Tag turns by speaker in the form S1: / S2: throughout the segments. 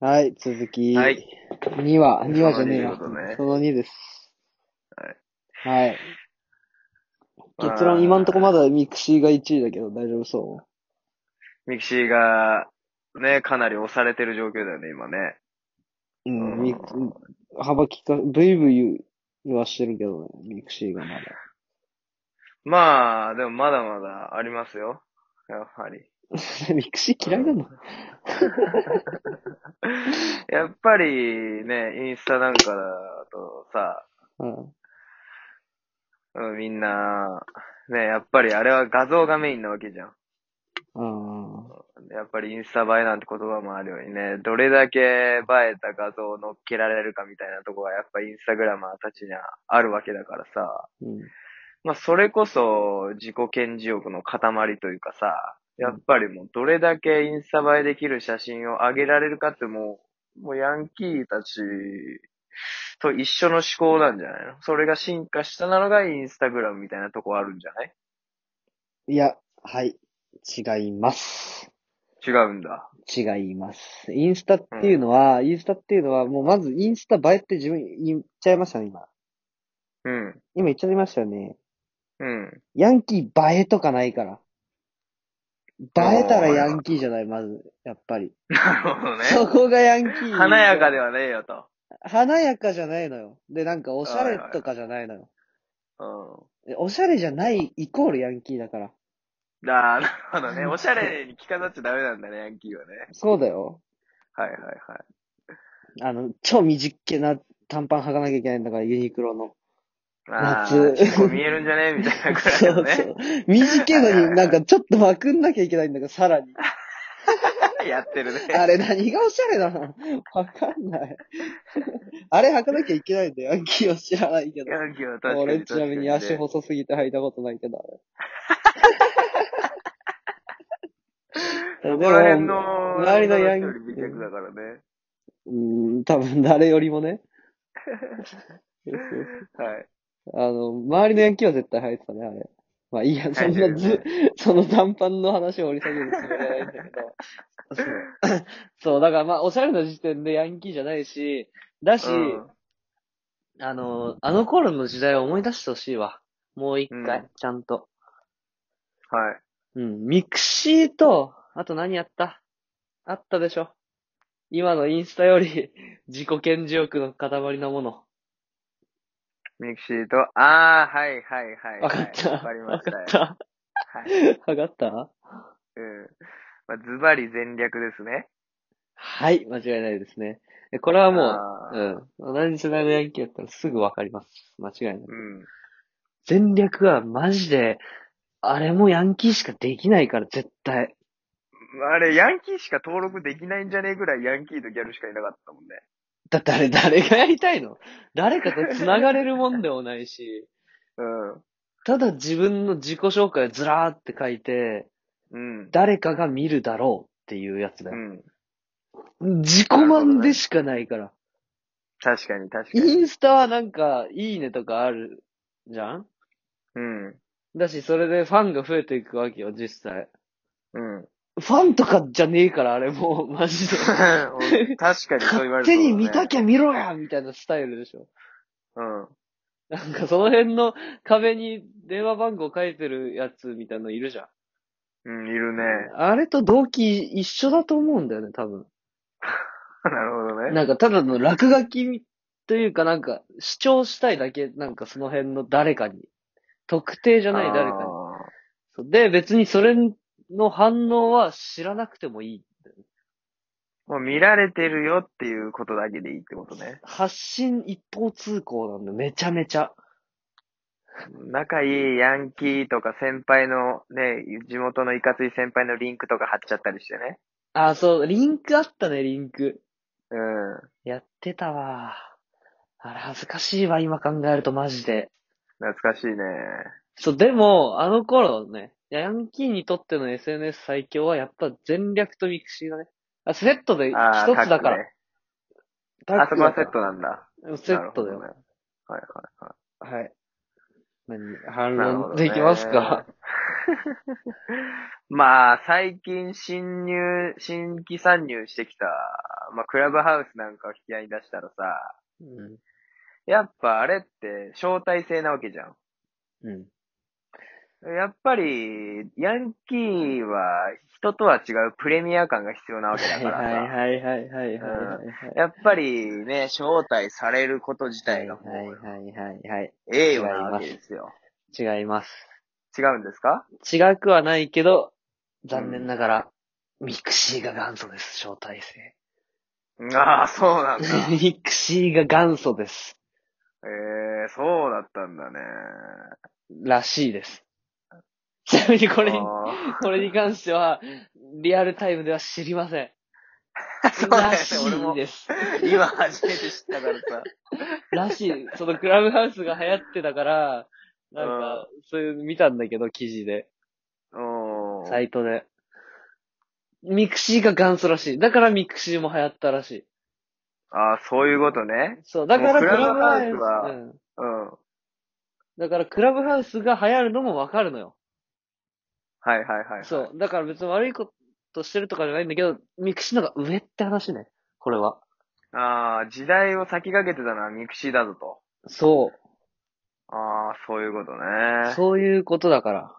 S1: はい、続き。
S2: はい。
S1: 2話、2話じゃねえな
S2: その二のことね。
S1: その2です。はい。結論、今んとこま
S2: だ。
S1: だミクシーが1位だけど大丈夫そ
S2: ミキシーが、ね、かなり押されてる状況だよね、今ね。
S1: うう、
S2: うんん
S1: ミク、幅利か、ブイブイ言わしてるけどね、ミクシーがまだ。
S2: まあ、でもまだまだありますよ。やはり。
S1: ミクシー嫌いなの
S2: やっぱりね、インスタなんかだとさ、
S1: うん。
S2: うんみんな、ね、やっぱりあれは画像がメインなわけじゃん。
S1: うん。
S2: やっぱりインスタ映えなんて言葉もあるようにね、どれだけ映えた画像を乗っけられるかみたいなとこはやっぱインスタグラマーたちにはあるわけだからさ、
S1: うん。
S2: まあそれこそ自己顕示欲の塊というかさ、やっぱりもうどれだけインスタ映えできる写真を上げられるかってもう、もうヤンキーたちと一緒の思考なんじゃないのそれが進化したなのがインスタグラムみたいなとこあるんじゃない
S1: いや、はい。違います。
S2: 違うんだ。
S1: 違います。インスタっていうのは、インスタっていうのは、もうまずインスタ映えって自分言っちゃいましたね、今。
S2: うん。
S1: 今言っちゃいましたよね。
S2: うん。
S1: ヤンキー映えとかないから。映えたらヤンキーじゃない、まず、やっぱり。
S2: なるほどね。
S1: そこがヤンキー。
S2: 華やかではねえよと。
S1: 華やかじゃないのよ。で、なんかおしゃれとかじゃないのよ。
S2: う
S1: でおしゃれじゃないイコールヤンキーだから。
S2: ん。ああ、なるほどね。おしゃれに着飾っちゃダメなんだね、ヤンキーはね。
S1: そうだよ。
S2: はいはいはい。
S1: あの、超短っけな短パン履かなきゃいけないんだから、ユニクロ の。
S2: ああ、
S1: 夏
S2: 結構見えるんじゃねみたいなくらいのね。
S1: そうそう。短いのになんかちょっとまくんなきゃいけないんだから、さらに。
S2: やってるね。
S1: あれ何がおしゃれだなわかん ない。あれ履かなきゃいけないんだよ。ヤンキーは知らないけど。
S2: ヤンキーは確かに。
S1: 俺ちなみに
S2: 確か
S1: 足
S2: ね
S1: 細すぎて履いたことないけど、あれ。
S2: そこら辺の、
S1: 周りのヤンキ
S2: 女人より美脚だ
S1: ー。
S2: からね。
S1: うん、多分誰よりもね。
S2: はい。
S1: あの、周りのヤンキーは絶対履いてたね、あれ。まあいいや、そん
S2: 履
S1: な
S2: いてる
S1: ず、その短パンの話を掘り下げるつもりはないんだけど。そうそう、だからまあ、おしゃれな時点でヤンキーじゃないし、だし、
S2: うん
S1: あの、あの頃の時代を思い出してほしいわ。もう一回、
S2: うん
S1: ちゃんと。
S2: はい。
S1: うん、ミクシーと、あと何やったあったでしょ。今のインスタより 自己顕示欲の塊なもの。
S2: ミクシーと、ああ、はいはいはい。
S1: わかった。
S2: わかりましたよ
S1: わ。かっ
S2: はい。
S1: た。わかった
S2: うん。まあ、ズバリ全略ですね。
S1: はい、間違いないですね。えこれはも
S2: あ
S1: う、
S2: ー
S1: うん。同じ世代のヤンキーだったらすぐわかります。間違いない。
S2: うん。
S1: 全略はマジで、あれもヤンキーしかできないから、絶対。
S2: あれ、ヤンキーしか登録できないんじゃねえぐらいヤンキーとギャルしかいなかったもんね。
S1: だってあれ誰がやりたいの誰かと繋がれるもんでもないし、ただ自分の自己紹介をずらーって書いて、
S2: うん。うん。
S1: 誰かが見るだろうっていうやつだ
S2: う
S1: よ。
S2: ん。
S1: 自己満でしかないから。
S2: 確かに確か
S1: イ
S2: に。
S1: ンスタはなんか、いいねとかあるじゃん
S2: うん。
S1: だし、それでファンが増えていくわけよ、実際。
S2: うん。
S1: ファンとかじゃねえから、あれも う、マジで。
S2: 確かにそう言わ
S1: 勝
S2: れる、
S1: 手に見た
S2: ゃ。
S1: きゃ見ろやみたいなスタイルでしょ。
S2: うん。
S1: なんかその辺の壁に電話番号書いてるやつみたいなのいるじゃん。
S2: うん、いるね。
S1: あれと動機一緒だと思うんだよね、多分。
S2: なるほどね。
S1: なんかただの落書きというかなんか主張したいだけ、なんかその辺の誰かに。特定じ
S2: じ
S1: ゃない誰かにそう。で、別にそれの反応は知らなくてもいい。
S2: もう見られてるよっていうことだけでいいってことね。
S1: 発信一方通行なんだよ、めちゃめちゃ。
S2: 仲いいヤンキーとか先輩のね、地元のいかつい先輩のリンクとか貼っちゃったりしてね。
S1: あ、そう、リンクあったね、リンク。
S2: うん。
S1: やってたわ。あれ恥ずかしいわ、今考えるとマジで。
S2: 懐かしいね。
S1: そう、でも、あの頃ね、ヤンキーにとっての SNS 最強はやっぱ全略とミクシーだね。あ、セットで一
S2: ああ、
S1: つだから。タ
S2: タッグね。あ
S1: ッグ
S2: そこ
S1: だ
S2: は
S1: か
S2: セ
S1: ら
S2: ットなんだ。
S1: セットだ
S2: な
S1: よ。
S2: るほどね。はいはいはい。
S1: はい。何反
S2: なるほど
S1: 論
S2: ね
S1: できます か、
S2: まあ、最近侵入、新規参入してきたまあ、クラブハウスなんかを引き合いに出したらさ、
S1: うん。
S2: やっぱあれって招待制なわけじゃん。
S1: うん。
S2: やっぱり、ヤンキーは人とは違うプレミア感が必要なわけだ
S1: はい
S2: からさ。
S1: はいはいはいはいはいはい。
S2: やっぱりね、招待されること自体がも
S1: はいは
S2: う、
S1: いはいはい。
S2: 栄誉なわけですよ。
S1: 違います。
S2: 違うんですか
S1: 違くはないけど、残念ながら、ミクシーが元祖です、招待制。
S2: ああ、そうな んだ。え
S1: ミクシーが元祖です。
S2: えー、そうだったんだね。
S1: らしいです。ちなみにこれに、
S2: あ
S1: これに関しては、リアルタイムでは知りません。
S2: ーそうだよ
S1: ら
S2: ね
S1: し、
S2: 俺も
S1: い。です。
S2: 今初めて知ったからさ。
S1: らしい。そのクラブハウスが流行ってたから、なんか、そういうの見たんだけど、記事で。
S2: おー
S1: サイトで。ミクシーが元祖らしい。だからミクシーも流行ったらしい。
S2: ああ、そういうことね。
S1: そう、だから
S2: もう
S1: ク
S2: クラ
S1: ラブ
S2: ブ
S1: ハ
S2: ハ
S1: ウ
S2: ウ
S1: ス
S2: スは
S1: うん。
S2: うん。は
S1: だからクラブハウスが流行るのもわかるのよ。
S2: いはいはいはい。
S1: そう。だから別に悪いことしてるとかじゃないんだけど、ミクシーのが上って話ね。これは。
S2: ああ、時代を先駆けてたのはミクシーだぞと。
S1: そ
S2: ああ、そういうこと
S1: う。
S2: ね。
S1: そういうことだから。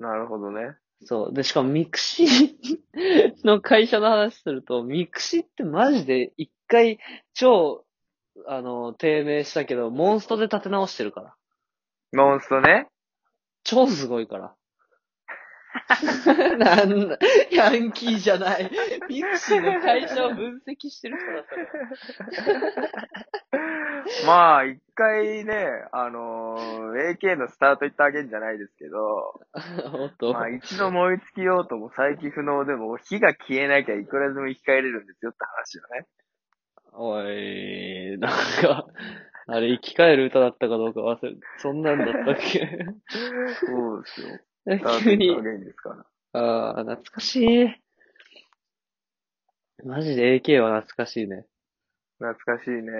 S2: なるほどね。
S1: そう。で、しかもミクシー の会社の話すると、ミクシーってマジで一回超、あの、低迷したけど、モンストで立て直してるから。
S2: モンストね。
S1: 超すごいから。なんだ、ヤンキーじゃない。ミクシーの会社を分析してる人だったから。
S2: まあ、一回ね、あのー AK のスタート行ったわけじゃないですけど、
S1: おっと、
S2: まあ一度燃え尽きようとも再起不能でも火が消えなきゃいくらでも生き返れるんですよって話よ ね。
S1: おい、なんか、あれ、生き返る歌だったかどうか忘れ、そんなんだったっけ
S2: そうですよ。
S1: 急に
S2: スタート行ったわけですから。
S1: ああ、懐かしい。マジで AK は懐かしいね。
S2: 懐かしいね。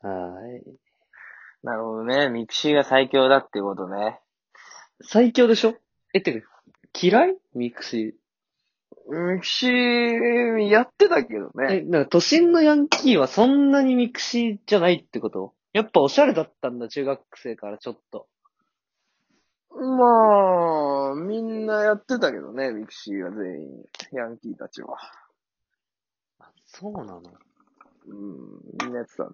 S1: はい。
S2: なるほどね。ミクシーが最強だっていうことね。
S1: 最強でしょえ、てか、嫌いミクシ
S2: ミクシー、やってたけど
S1: ー。え、
S2: ね。
S1: なんか都心のヤンキーはそんなにミクシーじゃないってことやっぱおしゃれだったんだ、中学生からちょっと。
S2: まあ、みんなやってたけどね、ミクシーは全員。ヤンキーたちは。
S1: そうな の
S2: うん、みんなやってたね。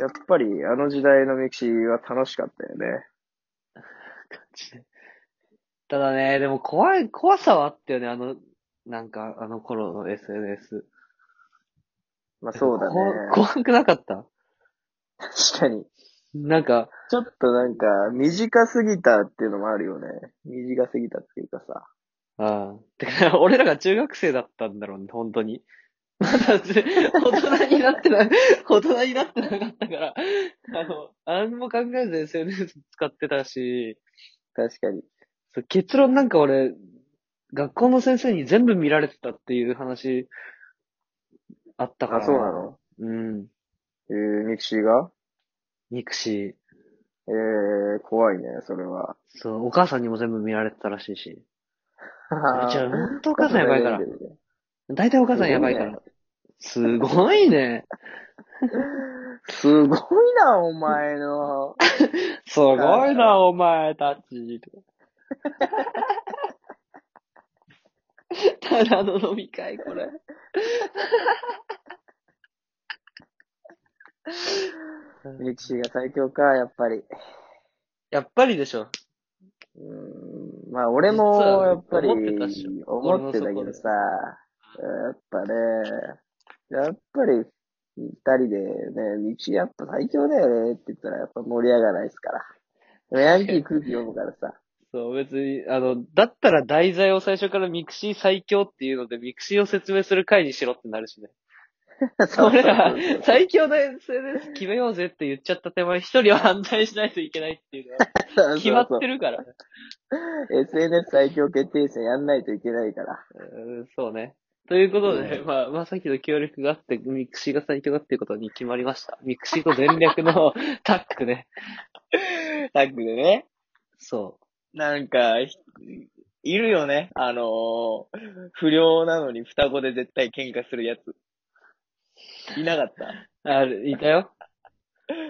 S2: やっぱりあの時代のミクシーは楽しかったよね。
S1: ただね、でも怖い、怖さはあったよね、あの、なんか、あの頃の SNS。
S2: まあそうだね。
S1: こ怖くなかった
S2: 確かに。
S1: なんか、
S2: ちょっとなんか、短すぎたっていうのもあるよね。短すぎたっていうかさ。
S1: ああ。てか、 俺らが中学生だったんだろうね、本当に。まだ、ぜ大人になって な、大人になってなかったから、あの、何も考えず SNS 使ってたし、
S2: 確かに。
S1: そう結論なんか俺、学校の先生に全部見られてたっていう話、あったから。
S2: あ、そうなの
S1: うん。
S2: えー、ミクシーが
S1: ミクシ
S2: えー、怖いね、それは。
S1: ー。そう、お母さんにも全部見られてたらしいし。
S2: あ
S1: じゃあ、本当お母さんやばいから。
S2: お
S1: 大体お母さんやばいから。。すごいね。
S2: すごいな、お前の。
S1: すごい な、お前たち。ただの飲み会、これ。
S2: ミクシーが最強か、やっぱり。
S1: やっぱりでしょ。
S2: うーんまあ、俺
S1: 実
S2: も、
S1: は
S2: やっぱり、
S1: 思ってたっしょ
S2: 思ってたけどさ、やっぱね、やっぱり、二人でね、道やっぱ最強だよねって言ったら、やっぱ盛り上がらないですから。でもヤンキー空気読むからさ。
S1: そう、別に、あの、だったら題材を最初からミクシー最強っていうので、ミクシーを説明する回にしろってなるしね。
S2: そう
S1: 俺ら
S2: そうそう、
S1: 最強の SNS 決めようぜって言っちゃった手前、一人は反対しないといけないっていうのは、
S2: そうそう
S1: 決まってるから。
S2: SNS 最強決定戦やんないといけないから。
S1: うん、そうね。ということで、まあ、まあ、さっきの協力があって、ミクシーが最強だっていうことに決まりました。ミクシーと全略の タッグね。
S2: タッグでね、
S1: そ
S2: なんか、ひ
S3: いるよね。あのー不良なのに双子で絶対喧嘩するやつ。いなかった。
S1: あ、いたよ。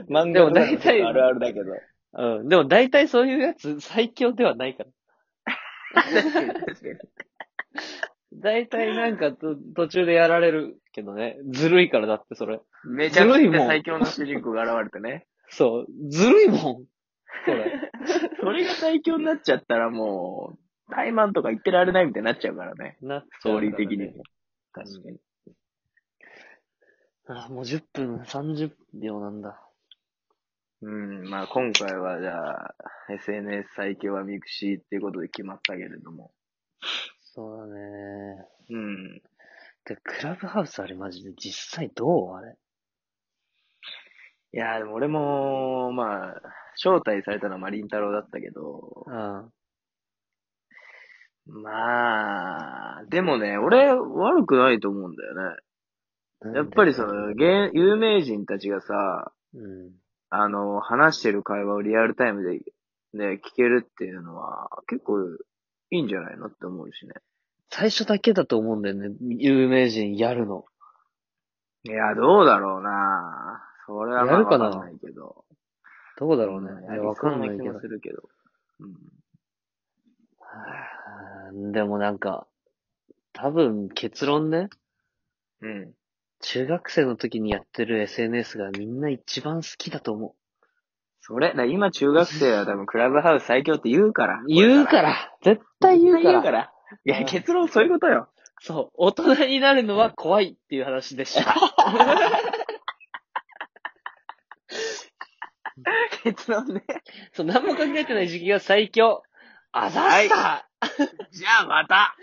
S3: 漫
S1: で
S3: 画
S1: も
S3: とかの
S1: 大体
S3: あるあるだけど。
S1: うん。でも大体そういうやつ最強ではないから。
S2: 確かに確かに。
S1: 大体なんかと途中でやられるけどね。ずるいからだってそれ。
S2: めちゃく
S1: ずるい
S2: ち
S1: も
S2: ゃ
S1: ん
S2: 最強の主人公が現れてね。
S1: そう。ずるいもん。それ。
S2: それが最強になっちゃったらもう、怠慢とか言ってられないみたいになっちゃうからね。
S1: なっ
S2: ス
S1: ちゃうから
S2: トー
S1: ね
S2: リー的にも。
S1: 確かに。あ、もう10分、30秒なんだ。
S2: うん、まあ今回はじゃあ、SNS 最強はミクシーっていうことで決まったけれども。
S1: そうだね。
S2: うん。
S1: で、クラブハウスあれマジで実際どうあれ。
S2: いやーでも俺も、まあ、招待されたのはまありんたろうだったけど、
S1: うん。
S2: まあ、でもね、俺悪くないと思うんだよね。やっぱりその、芸有名人たちがさ、
S1: うん。
S2: あの、話してる会話をリアルタイムで、ね、聞けるっていうのは、結構いいんじゃないのって思うしね。
S1: 最初だけだと思うんだよね。有名人やるの。
S2: いや、どうだろうなそれはま
S1: や
S2: あ
S1: るかな
S2: わかんないけど。
S1: どうだろうね
S2: ん。
S1: い
S2: や
S1: や
S2: り
S1: わかんない
S2: そう
S1: け
S2: 気
S1: ど
S2: もす。るけど。うん。
S1: はあでもなんか、多分結論ね。
S2: うん。
S1: 中学生の時にやってる SNS がみんな一番好きだと思
S2: それ、だから今中学 生は多分クラブハウス最強って言うから
S1: う。。言う
S2: ら。
S1: から絶対言う
S2: 絶
S1: か
S2: 対言う
S1: ら
S2: から。い
S1: うん
S2: や、結論そういうこ とよ。
S1: そう、大人になるのは怖いっていう話でした。
S2: 結論 ね。
S1: そう、何も考えてない時期が最強。あざした、
S2: じゃあまた